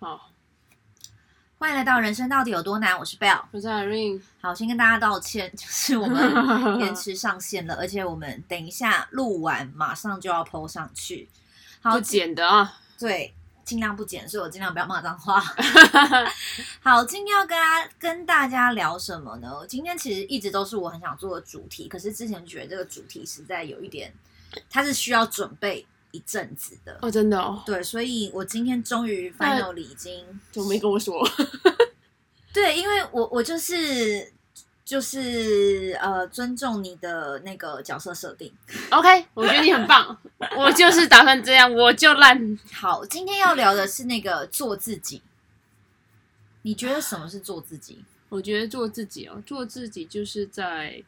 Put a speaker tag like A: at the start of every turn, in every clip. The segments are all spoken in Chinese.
A: 好，
B: 欢迎来到人生到底有多难，我是 Bell。
A: 我是 Irene。
B: 好，先跟大家道歉， 就是我们延迟上线了，而且我们等一下录完马上就要 PO 上去。好
A: 不，剪的啊，
B: 对，尽量不剪，所以我尽量不要骂脏话。 好，今天要跟大家跟大家聊什么呢？今天其实一直都是我很想做的主题，可是之前觉得这个主题实在有一点，它是需要准备一阵子的。
A: 哦，真的哦，
B: 对，所以我今天终于
A: 那
B: finally 已经
A: 就没跟我说。
B: 对，因为我我就是就是呃，尊重你的那个角色设定。
A: OK，我觉得你很 棒，我就是打算这样，我就烂。
B: 好，今天要聊的是那个做自己。你觉得什么是做自己？
A: 我觉得做自己哦，做自己就是在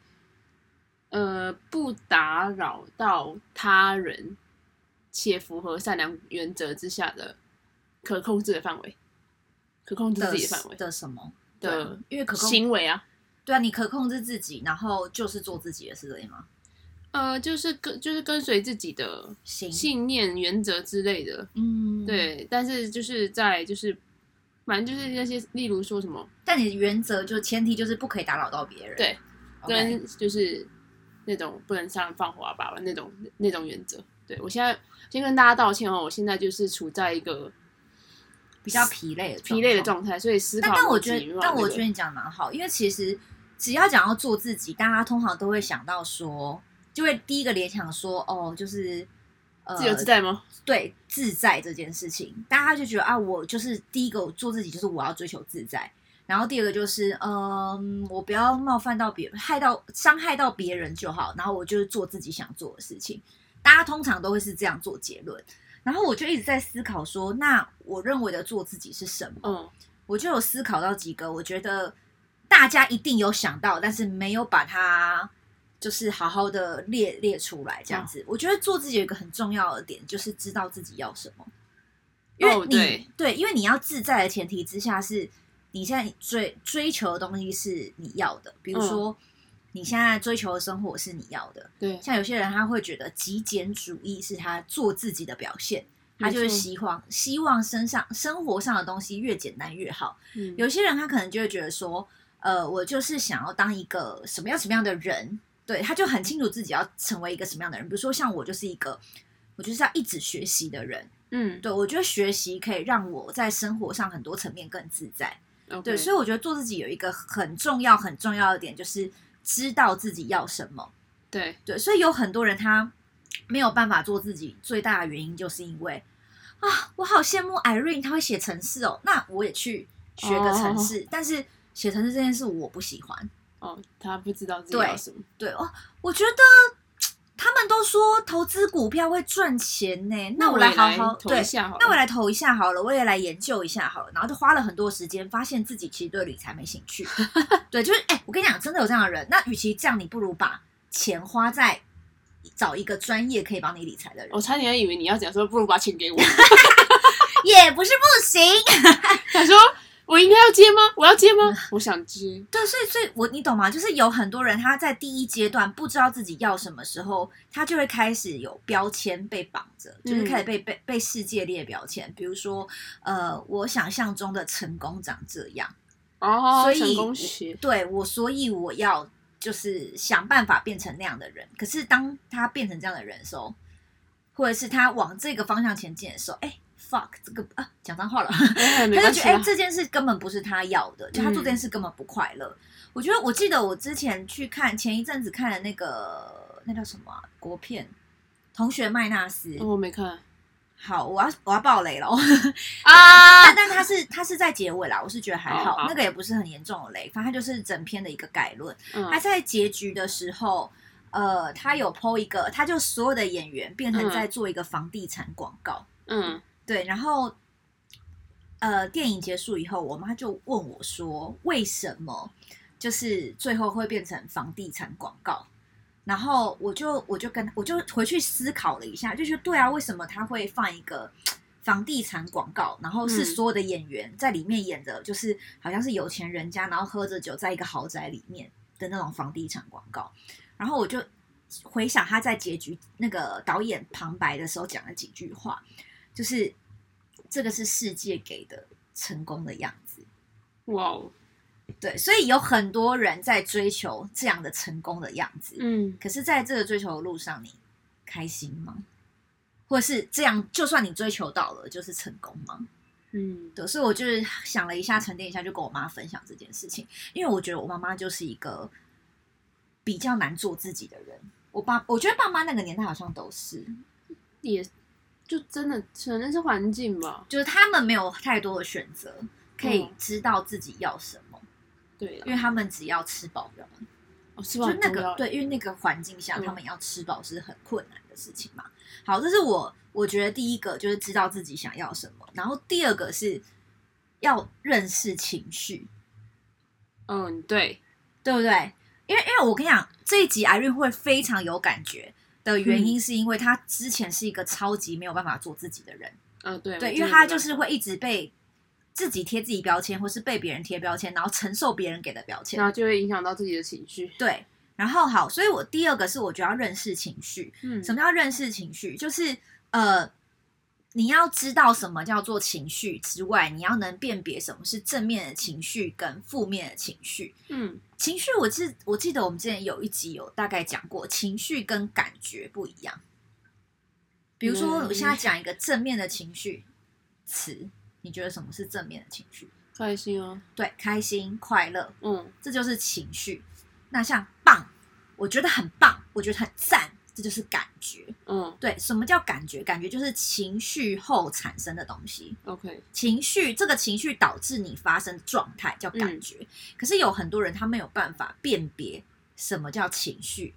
A: 呃不打扰到他人，且符合善良原则之下的可控制的范围，可控制
B: 的
A: 自己的范围嗯
B: 的什么？
A: 的
B: 对，因为可控
A: 行为啊。
B: 对啊，你可控制自己，然后就是做自己的事情吗？
A: 呃，就是跟就是跟随自己的
B: 行，
A: 信念、原则之类的，
B: 嗯，。
A: 对，但是就是在就是，反正就是那些，例如说什么
B: 但你的原则就前提就是不可以打扰到别人。
A: 对
B: OK，
A: 跟就是那种不能杀人放火啊，爸爸那种那种原则。对我现在先跟大家道歉哦，我现在就是处在一个
B: 比较疲累的
A: 疲累的
B: 状况。
A: 状态，所以思考
B: 但但我
A: 逻辑
B: 觉得
A: 没办，法
B: 但
A: 那
B: 我
A: 个
B: 觉得你讲得蛮好，因为其实只要讲到做自己，大家通常都会想到说，就会第一个联想说，哦，就是呃，
A: 自由自在吗？嗯
B: 对自在这件事情，大家就觉得啊，我就是第一个我做自己，就是我要追求自在。然后第二个就是，嗯，我不要冒犯到别人，害到伤害到别人就好。然后我就是做自己想做的事情。大家通常都会是这样做结论。然后我就一直在思考说，那我认为的做自己是什么？
A: 嗯，
B: 我就有思考到几个，我觉得大家一定有想到，但是没有把它就是好好的列列出来，这样
A: 嗯
B: 子。我觉得做自己有一个很重要的点，就是知道自己要什么。因为你、
A: 哦对
B: 因为你要自在的前提之下是，你现在追追求的东西是你要的，比如
A: 嗯
B: 说、你现在追求的生活是你要的，
A: 对，
B: 像有些人他会觉得极简主义是他做自己的表现，他就是
A: 没错
B: 希望希望身上生活上的东西越简单越好。
A: 嗯
B: 有些人他可能就会觉得说，呃，我就是想要当一个什么样什么样的人，对，他就很清楚自己要成为一个什么样的人。比如说像我就是一个，我就是要一直学习的人，
A: 嗯，
B: 对我觉得学习可以让我在生活上很多层面更自在。对，所
A: 以
B: 以我觉得做自己有一个很重要很重要的点，就是知道自己要什么。
A: 对
B: 对，所以有很多人他没有办法做自己，最大的原因就是因为啊，我好羡慕 Irene，她会写程式哦，那我也去学个程式，但是写程式这件事我不喜欢。
A: 哦，他不知道自己
B: 对
A: 要什么，
B: 对哦，我觉得他们都说投资股票会赚钱呢，那
A: 我
B: 来
A: 也
B: 好好
A: 投一
B: 对。
A: 下好了，
B: 那我来投一下好了，我也来研究一下好了，然后就花了很多时间，发现自己其实对理财没兴趣。对，就是哎、我跟你讲，真的有这样的人。那与其这样，你不如把钱花在找一个专业可以帮你理财的人，
A: 我差点以为你要讲说，不如把钱给我。
B: 也不是不行。
A: 他说：“我应该要接吗？我要接 吗？我想接。
B: 对，所以所以我你懂吗？就是有很多人他在第一阶段不知道自己要什么时候，他就会开始有标签被绑着，就是开始被、被被世界列标签，比如说呃，我想象中的成功长这样。”
A: 哦，
B: 所
A: 成
B: 以
A: 功学
B: 对我，所以我要就是想办法变成那样的人。可是当他变成这样的人的时候，或者是他往这个方向前进的时候，哎、f u c k 这个啊，讲脏话了，
A: 哎， 没
B: 他
A: 关
B: 就
A: 系
B: 觉得哎、
A: 啦。嗯
B: 这件事根本不是他要的，就他做这件事根本不快乐。我觉得，我记得我之前去看，前一阵子看的那个那叫什么啊、国片《同学麦纳斯》
A: 哦我没看
B: 好，我要我要爆雷了。
A: 啊
B: 但但他是他是在结尾啦，我是觉得还好，
A: 哦好
B: 那个也不是很严重的雷，反正它就是整篇的一个概论。他
A: 嗯
B: 在结局的时候，呃，他有 PO 一个，他就所有的演员变成
A: 嗯
B: 在做一个房地产广告，
A: 嗯，
B: 对，然后。呃，电影结束以后，我妈就问我说：“为什么就是最后会变成房地产广告？”然后我就我就跟我就回去思考了一下，就觉得对啊，为什么他会放一个房地产广告，然后是
A: 嗯
B: 所有的演员在里面演着，就是好像是有钱人家，然后喝着酒在一个豪宅里面的那种房地产广告。然后我就回想他在结局那个导演旁白的时候讲了几句话，就是这个是世界给的，成功的样子。
A: 哇哦，
B: 对，所以有很多人在追求这样的成功的样子。
A: 嗯
B: 可是，在这个追求的路上，你开心吗？或是这样，就算你追求到了，就是成功吗？
A: 嗯
B: 对，所以我就是想了一下，沉淀一下，就跟我妈分享这件事情，因为我觉得我妈妈就是一个比较难做自己的人。我爸，我觉得爸妈那个年代好像都是，
A: 也就真的可能是环境吧，
B: 就是他们没有太多的选择，可以
A: 嗯
B: 知道自己要什么，
A: 对啦，
B: 因为他们只要吃饱就好了
A: 哦是吧？
B: 就那
A: 重
B: 个
A: 要
B: 对，因为那个环境下，
A: 嗯
B: 他们要吃饱是很困难的事情嘛。好，这是我我觉得第一个就是知道自己想要什么，然后第二个是要认识情绪，
A: 嗯对，
B: 对不对？因为因为我跟你讲，这一集 Irene 会非常有感觉的原
A: 嗯
B: 因，是因为她之前是一个超级没有办法做自己的人，
A: 嗯对
B: 对，
A: 我
B: 因为
A: 真的
B: 她
A: 明白
B: 就是会一直被自己贴自己标签，或是被别人贴标签，然后承受别人给的标签
A: 然，后就会影响到自己的情绪，
B: 对。然后好，所以我第二个是我觉得要认识情绪，
A: 嗯
B: 什么叫认识情绪？就是呃，你要知道什么叫做情绪之外，你要能辨别什么是正面的情绪跟负面的情绪。
A: 嗯
B: 情绪，我记我记得我们之前有一集有大概讲过，情绪跟感觉不一样。比如说，
A: 嗯
B: 我现在讲一个正面的情绪词，你觉得什么是正面的情绪？
A: 开心啊，
B: 对，开心、快乐，
A: 嗯
B: 这就是情绪。那像棒，我觉得很棒，我觉得很赞，这就是感觉。
A: 嗯
B: 对，什么叫感觉？感觉就是情绪后产生的东西。
A: OK，
B: 情绪这个情绪导致你发生状态叫感觉，可是有很多人他没有办法辨别什么叫情绪。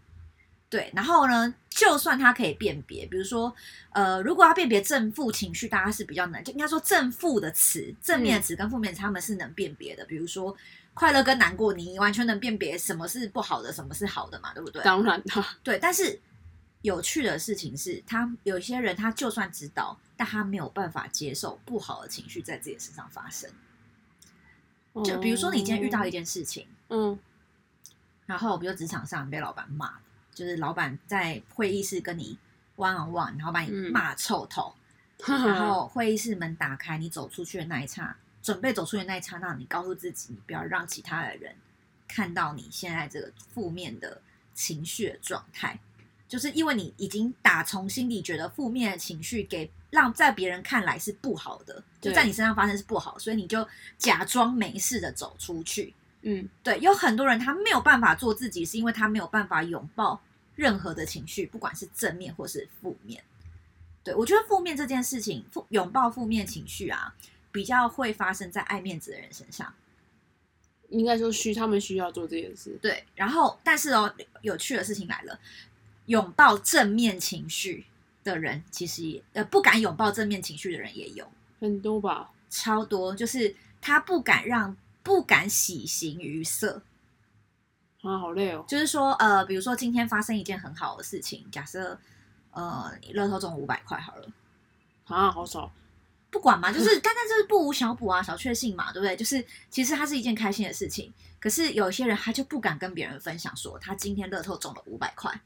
B: 对，然后呢，就算他可以辨别，比如说，呃，如果要辨别正负情绪，大家是比较难，就应该说正负的词，正面的词跟负面的词他们是能辨别的。比如说快乐跟难过，你完全能辨别什么是不好的，什么是好的嘛，对不对？
A: 当然啦，
B: 对，但是有趣的事情是，他有些人他就算知道，但他没有办法接受不好的情绪在自己身上发生。 就比如说，你今天遇
A: 哦
B: 到一件事情，
A: 嗯
B: 然后比如职场上你被老板骂了，就是老板在会议室跟你 one on one，然后把你
A: 嗯
B: 骂臭头， 然后会议室门打开，你走出去的那一刹，准备走出去的那一刹那，你告诉自己，你不要让其他的人看到你现在这个负面的情绪的状态，就是因为你已经打从心底觉得负面的情绪给让在别人看来是不好的，就
A: 对
B: 在你身上发生是不好，所以你就假装没事的走出去。
A: 嗯
B: 对，有很多人他没有办法做自己，是因为他没有办法拥抱任何的情绪，不管是正面或是负面。对我觉得负面这件事情，负拥抱负面情绪啊，比较会发生在爱面子的人身上。
A: 应该说需他们需要做这件事，
B: 对，然后但是哦，有趣的事情来了，拥抱正面情绪的人，其实也呃不敢拥抱正面情绪的人也有
A: 很多吧，
B: 超多，就是他不敢让不敢喜形于色，
A: 啊好累哦，
B: 就是说，呃，比如说今天发生一件很好的事情，假设，呃，你乐透中五百块好了，
A: 啊好少，
B: 不管嘛，就是，但但就是不无小补啊，小确幸嘛，对不对？就是其实它是一件开心的事情，可是有些人他就不敢跟别人分享说他今天乐透中了五百块，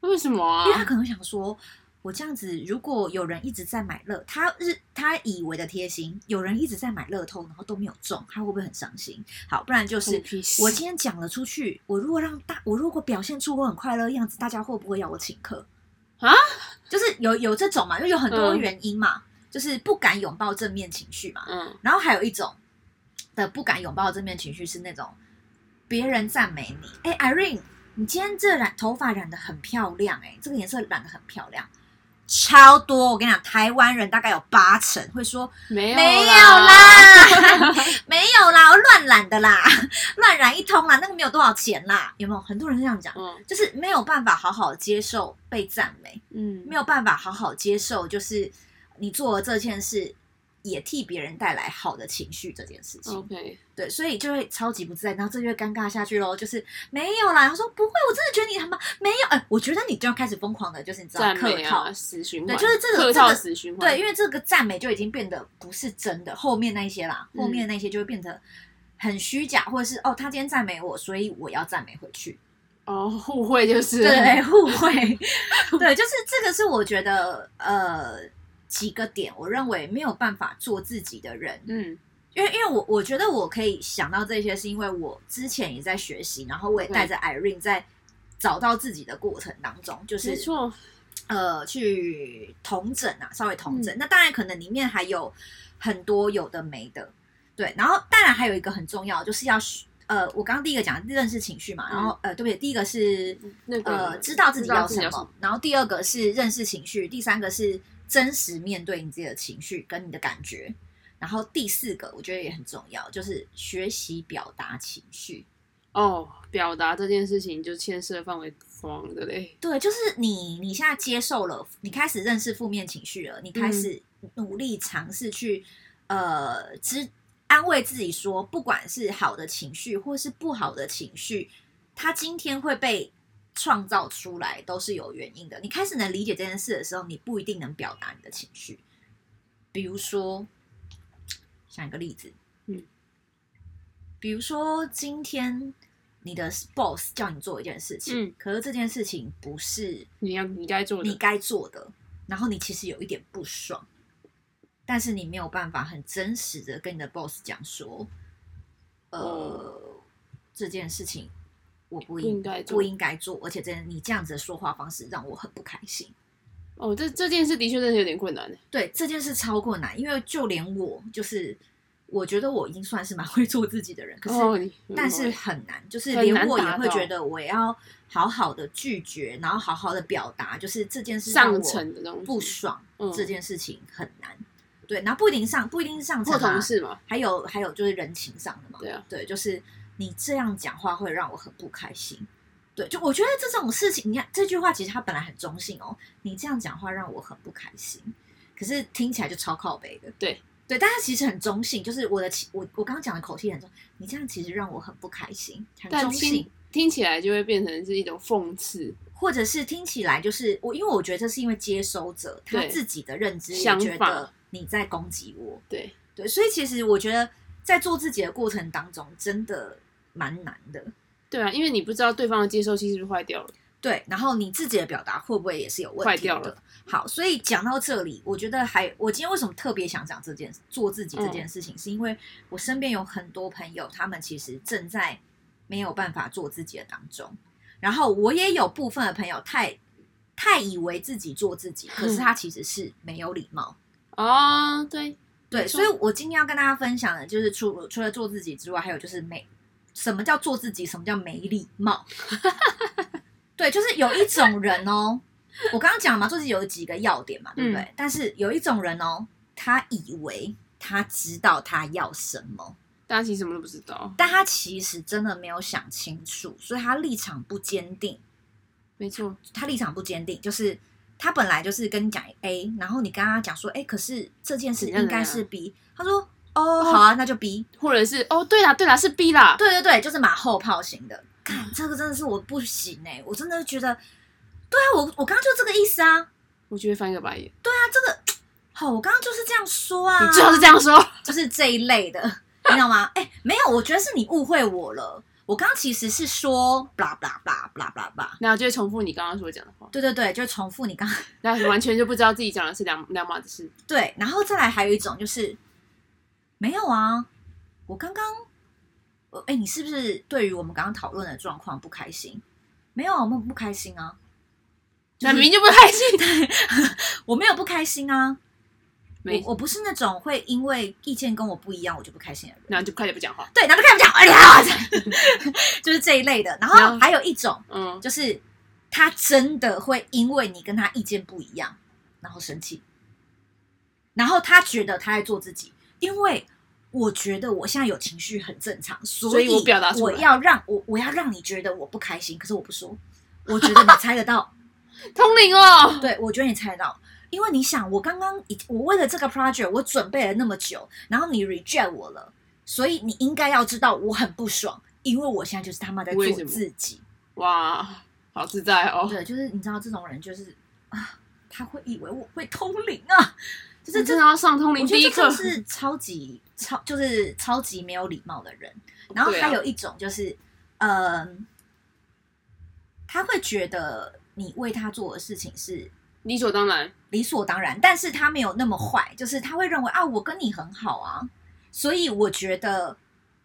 A: 为什么
B: 因为他
A: 啊？
B: 可能会想说。我这样子，如果有人一直在买乐，他日他以为的贴心，有人一直在买乐透，然后都没有中，他会不会很伤心？好，不然就是
A: 关你屁事
B: 我今天讲了出去，我如果让大，我如果表现出我很快乐的样子，大家会不会要我请客
A: 啊？
B: 就是有有这种嘛，就有很多
A: 嗯
B: 原因嘛，就是不敢拥抱正面情绪嘛。
A: 嗯
B: 然后还有一种的不敢拥抱正面情绪是那种别人赞美你，哎、i r e n e 你今天这染头发染的很漂亮、哎，这个颜色染的很漂亮，超多。我跟你讲，台湾人大概有八成会说
A: 没有
B: 没有
A: 啦，
B: 啦， 没有啦，我乱染的啦， 乱染一通啦，那个没有多少钱啦，有没有？很多人是这样讲，
A: 嗯
B: 就是没有办法好好接受被赞美。
A: 嗯
B: 没有办法好好接受，就是你做了这件事，也替别人带来好的情绪这件事情。
A: OK
B: 对，所以就会超级不自在，然后这就会尴尬下去喽。就是没有啦，他说不会，我真的觉得你很棒，没有，哎、我觉得你就要开始疯狂的，就是你知道
A: 赞
B: 客
A: 美
B: 套。
A: 啊死循
B: 对
A: 环，
B: 就是这个
A: 客
B: 这个
A: 套死循环，
B: 对，因为这个赞美就已经变得不是真的，后面那一些啦，
A: 嗯
B: 后面那些就会变得很虚假，或者是哦，他今天赞美我，所以我要赞美回去。
A: 哦互惠就是
B: 对，互惠， 对，就是这个是我觉得呃几个点，我认为没有办法做自己的人
A: 嗯
B: 因为因为我我觉得我可以想到这些，是因为我之前也在学习，然后我也带着 Irene 在找到自己的过程当中，就是
A: 没错，
B: 呃去统整啊，稍微统整。
A: 嗯
B: 那当然可能里面还有很多有的没的，对。然后当然还有一个很重要，就是要学呃，我刚刚第一个讲认识情绪嘛，然后呃，对不对？第一个是
A: 那个、
B: 呃知道自己要什
A: 知道
B: 么，
A: 自己
B: 然后第二个是认识情绪，第三个是真实面对你自己的情绪跟你的感觉。然后第四个我觉得也很重要，就是学习表达情绪。
A: 哦，表达这件事情就牵涉范围广的嘞。
B: 对，就是你你现在接受了，你开始认识负面情绪了，你
A: 嗯
B: 开始努力尝试去、呃知安慰自己说，不管是好的情绪或是不好的情绪，它今天会被创造出来都是有原因的。你开始能理解这件事的时候，你不一定能表达你的情绪。比如说，想一个例子，
A: 嗯，
B: 比如说今天你的 boss 叫你做一件事情，
A: 嗯
B: 可是这件事情不是
A: 你要你该做
B: 你
A: 的，
B: 该做的，然后你其实有一点不爽，但是你没有办法很真实的跟你的 boss 讲说，呃，这件事情我不
A: 嗯不
B: 应
A: 应该做
B: 不应该做，而且真的你这样子的说话方式让我很不开心。
A: 哦，这这件事的确真的有点困难。
B: 对这件事超困难，因为就连我就是，我觉得我已经算是蛮会做自己的人，可是、
A: 哦，你
B: 但是很难，就是
A: 很
B: 连
A: 难
B: 我也
A: 达
B: 会
A: 到
B: 觉得我要好好的拒绝，然后好好的表达，就是这件事让
A: 上
B: 我
A: 层的东西，
B: 不爽，
A: 嗯
B: 这件事情很难。对，然后不一定上不一定是上层、
A: 或
B: 啊，
A: 同事嘛，
B: 还有还有就是人情上的嘛，
A: 对啊，
B: 就是你这样讲话会让我很不开心。对，就我觉得这种事情，你看这句话其实它本来很中性哦，你这样讲话让我很不开心，可是听起来就超靠北的。
A: 对
B: 对，但它其实很中性，就是我的情我我刚刚讲的口气很重，你这样其实让我很不开心，很
A: 但
B: 中性
A: 听。听起来就会变成是一种讽刺，
B: 或者是听起来就是我，因为我觉得这是因为接收者他
A: 对
B: 自己的认知也
A: 想
B: 觉
A: 法
B: 得你在攻击我，
A: 对，
B: 对，所以其实我觉得在做自己的过程当中，真的蛮难的。
A: 对啊，因为你不知道对方的接收器是不是坏掉了，
B: 对，然后你自己的表达会不会也是有问
A: 坏
B: 题
A: 掉
B: 的
A: 了？
B: 好，所以讲到这里，我觉得还我今天为什么特别想讲这件做自己
A: 嗯
B: 这件事情，是因为我身边有很多朋友，他们其实正在没有办法做自己的当中，然后我也有部分的朋友太太以为自己做自己，可
A: 嗯
B: 是他其实是没有礼貌。
A: 哦，对，
B: 对，
A: 没错
B: 所以我今天要跟大家分享的就是除除了做自己之外，还有就是没什么叫做自己，什么叫没礼 貌。对，就是有一种人哦，我刚刚讲嘛，做自己有几个要点嘛，对不对？
A: 嗯
B: 但是有一种人哦，他以为他知道他要什么，
A: 大家其实什么都不知道，
B: 但他其实真的没有想清楚，所以他立场不坚定。
A: 没错，
B: 他立场不坚定，就是他本来就是跟你讲 A，然后你跟他讲说，哎、可是这件事
A: 怎样
B: 应
A: 怎样
B: 该是 B，他说，哦，好啊，那就 B。
A: 或者是哦，对啦，对啦，是 B 啦，
B: 对对对，就是马后炮型的。看
A: 嗯
B: 这个真的是我不行哎、我真的觉得，对啊，我我刚刚就这个意思啊，
A: 我就会翻个白眼，
B: 好、我刚刚就是这样说啊，
A: 你最好是这样说，
B: 就是这一类的，你知道吗？ 哎、没有，我觉得是你误会我了，我刚刚其实是说 blah blah blah blah blah blah，
A: 然后就会重复你刚刚所讲的话，
B: 对对对，就重复你刚刚。
A: 那完全就不知道自己讲的是两两码子事，
B: 对，然后再来还有一种就是，没有啊，我刚刚，呃，哎，你是不是对于我们刚刚讨论的状况不开心？没有啊，我们不开心啊，
A: 那明明就不开心，
B: 我没有不开心啊，
A: 没
B: 我，我不是那种会因为意见跟我不一样我就不开心的人。
A: 然后就快点不讲话，
B: 对，然后就开始讲，哎呀， 就是这一类的。然后还有一种
A: 嗯，
B: 就是，他真的会因为你跟他意见不一样，然后生气，然后他觉得他在做自己，因为我觉得我现在有情绪很正常，所
A: 所以我表达出
B: 我
A: 来
B: 要让我我要让你觉得我不开心，可是我不说，我觉得你猜得到，
A: 通灵哦，
B: 对，我觉得你猜得到，因为你想，我刚刚已我为了这个 project 我准备了那么久，然后你 reject 我了，所以你应该要知道我很不爽，因为我现在就是他妈在做
A: 为什么
B: 自己。
A: 哇，好自在哦，
B: 对，就是你知道这种人就是啊，他会以为我会通灵 啊，就
A: 这
B: 是这
A: 真的要上通灵
B: 我觉
A: 第
B: 得
A: 一
B: 这
A: 课
B: 就，是超级超，就是超级没有礼貌的人。然后
A: 对啊
B: 还有一种就是，嗯、他会觉得你为他做的事情是
A: 理所当然，
B: 理所当然，但是他没有那么坏，就是他会认为啊，我跟你很好啊，所以我觉得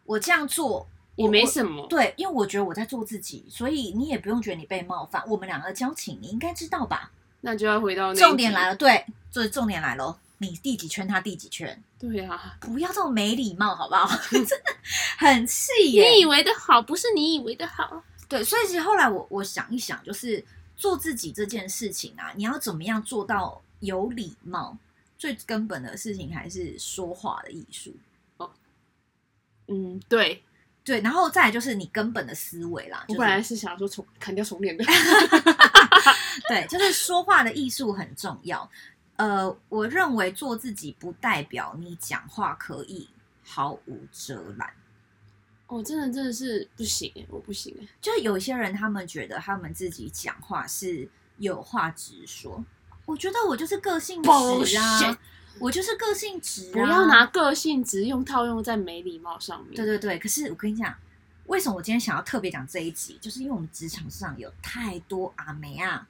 B: 我这样做
A: 也没什么。
B: 对，因为我觉得我在做自己，所以你也不用觉得你被冒犯。我们两个的交情，你应该知道吧？
A: 那就要回到那一
B: 重点
A: 集
B: 来，了，对，这重点来了，哦你第几圈他第几圈，
A: 对啊，
B: 不要这么没礼貌好不 好？真的很气耶！
A: 你以为的好不是你以为的好，
B: 对，所以其实后来我我想一想，就是做自己这件事情啊，你要怎么样做到有礼貌？最根本的事情还是说话的艺术。
A: 嗯，对，
B: 对，然后再来就是你根本的思维啦，
A: 我
B: 就
A: 本来
B: 是
A: 是想要说重砍掉重练的，
B: 对，就是说话的艺术很重要。呃，我认为做自己不代表你讲话可以毫无遮拦。
A: 我、哦真的真的是不行欸，我不行欸，
B: 就是有些人他们觉得他们自己讲话是有话直说，我觉得我就是个性直啊
A: Bullshit，
B: 我就是个性直、啊，
A: 不要拿个性只用套用在没礼貌上面。
B: 对对对，可是我跟你讲，为什么我今天想要特别讲这一集，就是因为我们职场上有太多阿梅啊，
A: 嗯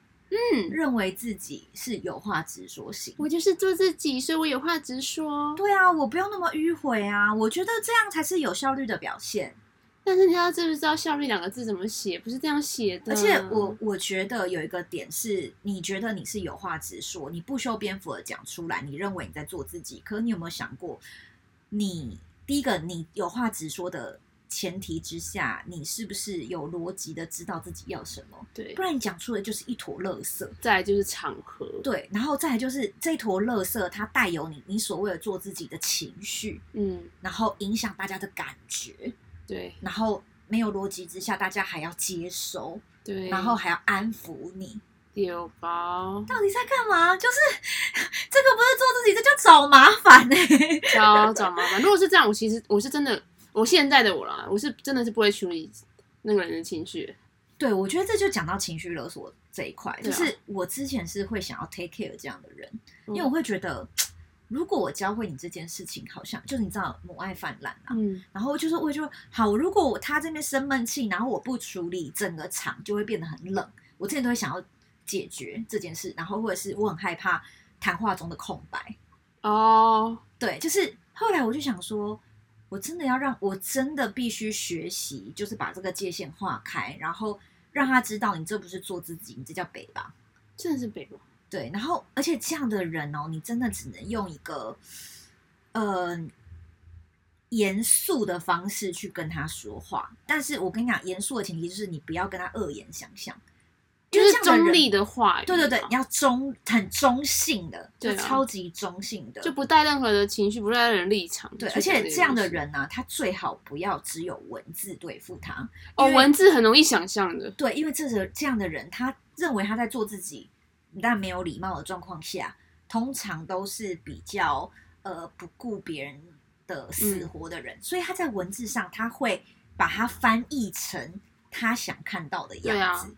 B: 认为自己是有话直说型。
A: 我就是做自己，所以我有话直说。
B: 对啊，我不用那么迂回啊，我觉得这样才是有效率的表现。
A: 但是你要知不知道“效率”两个字怎么写？不是这样写的。
B: 而且我我觉得有一个点是，你觉得你是有话直说，你不修边幅的讲出来，你认为你在做自己。可你有没有想过，你第一个你有话直说的前提之下，你是不是有逻辑的知道自己要什么？
A: 对
B: 不，然你讲出的就是一坨垃圾。
A: 再来就是场合，
B: 对，然后再来就是这坨垃圾，它带有你你所谓的做自己的情绪，
A: 嗯，
B: 然后影响大家的感觉，
A: 对
B: 然后没有逻辑之下，大家还要接收，
A: 对，
B: 然后还要安抚你，
A: 丢包
B: 到底在干嘛？就是 这个不是做自己，这叫找麻烦欸呢、
A: 找找麻烦。如果是这样，我其实我是真的，我现在的我啦，我是真的是不会处理那个人的情绪。
B: 对，我觉得这就讲到情绪勒索这一块，就
A: 对啊
B: 是我之前是会想要 take care 这样的人，因为我
A: 嗯
B: 会觉得，如果我教会你这件事情，好像就是你知道母爱泛滥啊，
A: 嗯，
B: 然后就是我就好，如果我他这边生闷气，然后我不处理，整个场就会变得很冷。我之前都会想要解决这件事，然后或者是我很害怕谈话中的空白。
A: 哦，
B: 对，就是后来我就想说，我真的要让我真的必须学习，就是把这个界限划开，然后让他知道你这不是做自己，你这叫北吧。
A: 真的是北吧？
B: 对，然后而且这样的人哦，你真的只能用一个呃严肃的方式去跟他说话。但是我跟你讲，严肃的前提就是你不要跟他恶言相向，因
A: 就
B: 为
A: 是
B: 这样的
A: 中
B: 人
A: 立。的话语，
B: 对对对，你，要中很中性的，就
A: 对啊
B: 超级中性的，
A: 就不带任何的情绪，不带人立场。
B: 对。
A: 去
B: 而且
A: 讲
B: 这样的
A: 东西
B: 人呢、他最好不要只有文字对付他，
A: 哦，
B: 因为
A: 文字很容易想象的。
B: 对，因为这个这样的人，他认为他在做自己，但没有礼貌的状况下，通常都是比较呃不顾别人的死
A: 嗯
B: 活的人，所以他在文字上他会把它翻译成他想看到的
A: 对
B: 样
A: 啊
B: 子，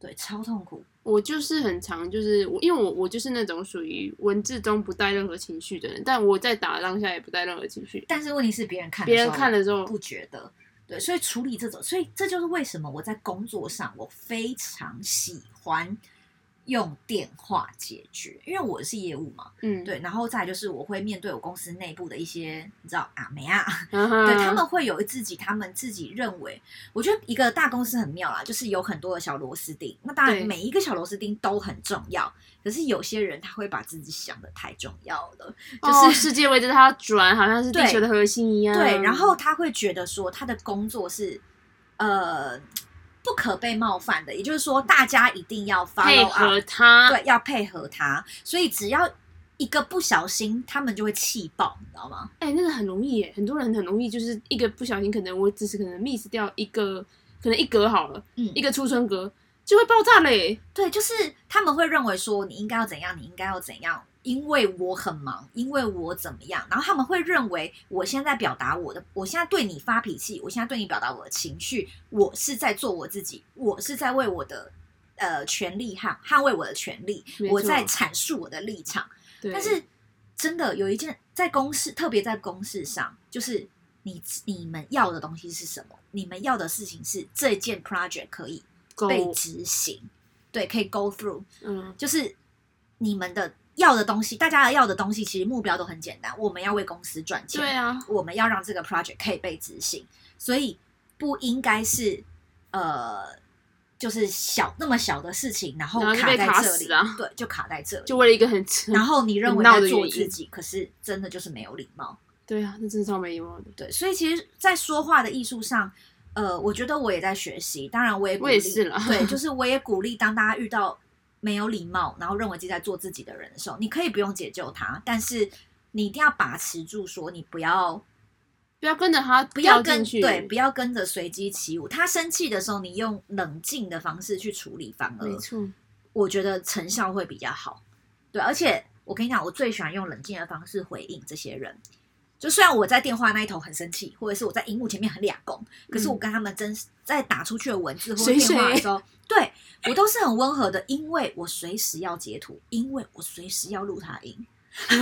B: 对,、超痛苦，
A: 我就是很常就是我，因为我我就是那种属于文字中不带任何情绪的人，但我在打当下也不带任何情绪。
B: 但是问题是别人看的
A: 别人
B: 时候
A: 看了之后
B: 不觉得。对，所以处理这种，所以这就是为什么我在工作上我非常喜欢用电话解决，因为我是业务嘛，
A: 嗯，，
B: 对，然后再来就是我会面对我公司内部的一些，你知道阿梅啊，
A: 啊哈、
B: 对他们会有自己他们自己认为，我觉得一个大公司很妙啦，就是有很多的小螺丝钉，那当然
A: 对
B: 每一个小螺丝钉都很重要，可是有些人他会把自己想的太重要了，
A: 哦
B: 就是
A: 世界围着他转，好像是地
B: 对
A: 球的核心一样。
B: 对，然
A: 嗯
B: 后他会觉得说他的工作是呃不可被冒犯的，也就是说大家一定要 follow
A: 配
B: up
A: 合他，
B: 对，要配合他，所以只要一个不小心，他们就会气爆，你知道吗？
A: 哎、那个很容易耶，很多人很容易就是一个不小心，可能我只是可能 miss 掉一个，可能一格好了，
B: 嗯
A: 一个出生格就会爆炸嘞。
B: 对，就是他们会认为说你应该要怎样，你应该要怎样，因为我很忙，因为我怎么样，然后他们会认为我现在表达我的，我现在对你发脾气，我现在对你表达我的情绪，我是在做我自己，我是在为我的呃权利捍捍卫我的权利
A: 没，
B: 我
A: 错
B: 在阐述我的立场。
A: 对，
B: 但是真的有一件在公事，特别在公事上，就是你你们要的东西是什么？你们要的事情是这件 project 可以
A: 狗
B: 被执行，对，可以 go through，
A: 嗯
B: 就是你们的要的东西，大家要的东西其实目标都很简单，我们要为公司赚钱，
A: 对啊，
B: 我们要让这个 project 可以被执行，所以不应该是呃，就是小那么小的事情，然后
A: 然后就
B: 卡
A: 被
B: 在
A: 卡
B: 这
A: 死
B: 里，
A: 啊
B: 对，就卡在这里。
A: 就为了一个很，
B: 然后你认为
A: 闹
B: 在
A: 的
B: 做
A: 原
B: 自
A: 因
B: 己，可是真的就是没有礼貌。
A: 对啊，那真的超没礼貌的。
B: 对，所以其实，在说话的艺术上，呃，我觉得我也在学习。当然，我也鼓
A: 我
B: 励，
A: 也是啦
B: 对，就是我也鼓励，当大家遇到没有礼貌，然后认为自己在做自己的人的时候，你可以不用解救他，但是你一定要把持住，说你不要
A: 不要跟着他
B: 不要
A: 掉
B: 跟
A: 进去，
B: 对，不要跟着随机起舞。他生气的时候，你用冷静的方式去处理，反而
A: 没错，
B: 我觉得成效会比较好。对，而且我跟你讲，我最喜欢用冷静的方式回应这些人。就虽然我在电话那一头很生气，或者是我在荧幕前面很俩攻，可是我跟他们真在打出去的文字或者
A: 随时
B: 电话的时候，对我都是很温和的，因为我随时要截图，因为我随时要录他音，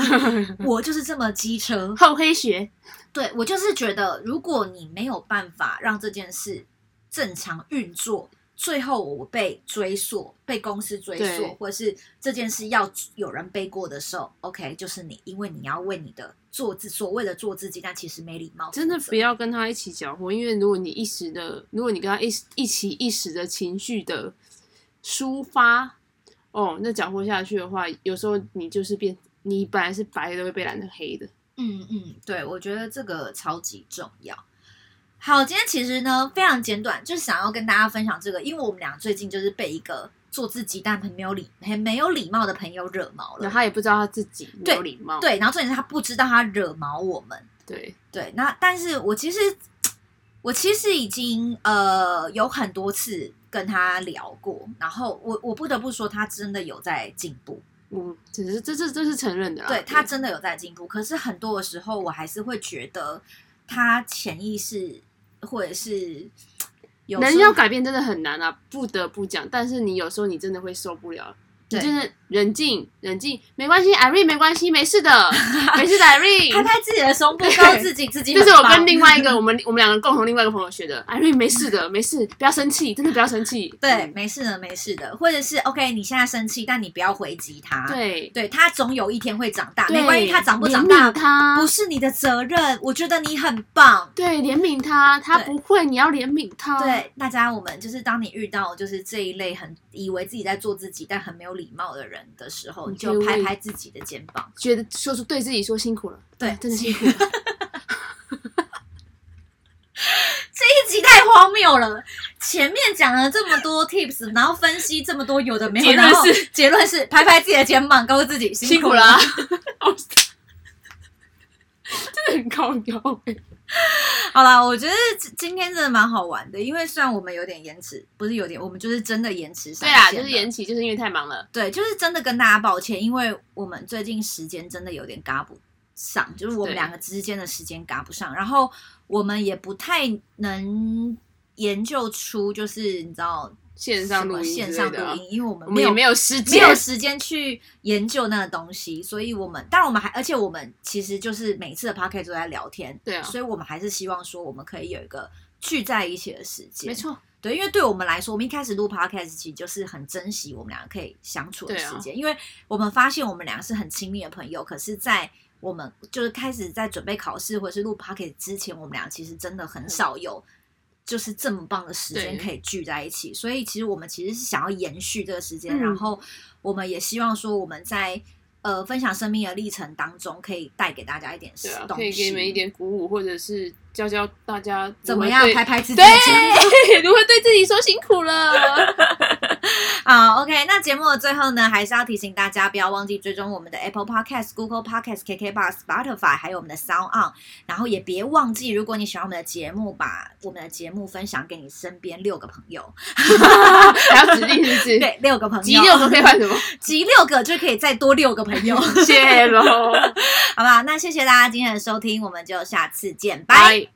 B: 我就是这么机车。
A: 厚黑学，
B: 对我就是觉得，如果你没有办法让这件事正常运作，最后我被追溯、被公司追溯
A: 对，
B: 或者是这件事要有人背锅的时候，OK，就是你，因为你要为你的做自所谓的做自己，但其实没礼貌负责，
A: 真的不要跟他一起搅和，因为如果你一时的，如果你跟他一时一起一时的情绪的抒发，哦，那搅和下去的话，有时候你就是变，你本来是白的会被染成黑的，
B: 嗯嗯，对，我觉得这个超级重要。好，今天其实呢非常简短，就是想要跟大家分享这个，因为我们俩最近就是被一个做自己但很没有礼、很没有礼貌的朋友惹毛
A: 然
B: 了
A: 后。他也不知道他自己没有礼貌，
B: 对，然后重点是他不知道他惹毛我们。
A: 对
B: 对，那但是我其实我其实已经呃有很多次跟他聊过，然后我我不得不说他真的有在进步，
A: 嗯，只是这这这是承认的啦，
B: 对他真的有在进步。可是很多的时候，我还是会觉得他潜意识或者是有时
A: 人
B: 候
A: 要改变真的很难啊，不得不讲。但是你有时候你真的会受不了，你
B: 对
A: 真的冷静，冷静，没关系，艾瑞没关系，没 事的，没事的，艾瑞。
B: 拍拍自己的 胸部，告诉自己自己
A: 这
B: 很
A: 是我
B: 棒
A: 跟另外一个我们我们两个共同另外一个朋友学的，艾瑞没事的，没事，不要生气，真的不要生气。
B: 对，
A: 嗯
B: 没事的，没事的，或者是 OK，你现在生气，但你不要回击他。
A: 对，
B: 对他总有一天会长大，
A: 对
B: 啊没关系，他长不长
A: 怜
B: 大
A: 悯他
B: 不是你的责任。我觉得你很棒。
A: 对，怜悯他，他
B: 对
A: 不会，你要怜悯他。，
B: 对大家，我们就是当你遇到就是这一类很以为自己在做自己但很没有礼貌的人的时候，
A: 你
B: 你就
A: 可以
B: 拍
A: 为
B: 拍自己的肩膀。哎
A: 觉得说出对自己说辛苦了，
B: 对，
A: 真的辛苦了。
B: 这一集太荒谬了。前面讲了这么多 tips，然后分析这么多有的没有，
A: 结论
B: 然后
A: 是
B: 结论是拍拍自己的肩膀，告诉自己
A: 辛苦
B: 苦
A: 了啊
B: 了。，
A: 真的很高调欸。
B: 好啦，我觉得今今天真的蛮好玩的，因为虽然我们有点延迟，不是有点，我们就是真的延迟上
A: 对啦，
B: 线
A: 就是
B: 了
A: 延期，就是因为太忙了。
B: 对，就是真的跟大家抱歉，因为我们最近时间真的有点赶不上，就是我们
A: 对
B: 两个之间的时间赶不上，然后我们也不太能研究出就是你知道
A: 线
B: 什
A: 上录
B: 么
A: 音之类
B: 线
A: 的
B: 上
A: 啊
B: 录音，因为我们
A: 我们
B: 没
A: 也
B: 有
A: 没有时
B: 没
A: 间
B: 有，时间去研究那个东西，所以我们，但我们还，而且我们其实就是每次的 p o c a s t 都在聊天，
A: 对啊
B: 所以我们还是希望说我们可以有一个聚在一起的时间，
A: 没，错，
B: 对，因为对我们来说，我们一开始录 podcast 其实就是很珍惜我们两个可以相处的
A: 对啊
B: 时间，因为我们发现我们两个是很亲密的朋友，可是，在我们就是开始在准备考试或者是录 podcast 之前，我们俩其实真的很少有就是这么棒的时间
A: 嗯对
B: 可以聚在一起，所以其实我们其实是想要延续这个时间，
A: 嗯
B: 然后我们也希望说我们在。呃，分享生命的历程当中，可以带给大家一点
A: 对啊，
B: 东
A: 可以
B: 西，
A: 给你们一点鼓舞，或者是教教大家
B: 怎么样
A: 如何对
B: 拍拍自己的肩膀
A: 对，如何对自己说辛 苦了。
B: 好，OK，那节目的最后呢，还是要提醒大家不要忘记追踪我们的 Apple Podcast、Google Podcast、KK Box、Spotify，还有我们的 Sound On，然后也别忘记，如果你喜欢我们的节目，把我们的节目分享给你身边六个朋友，
A: 还要指定是不是？，
B: 对，六个朋友，
A: 集六个可以换什么？
B: 集六个就可以再多六个朋友，好
A: 谢喽，
B: 不好？那谢谢大家今天的收听，我们就下次见，拜。
A: 拜。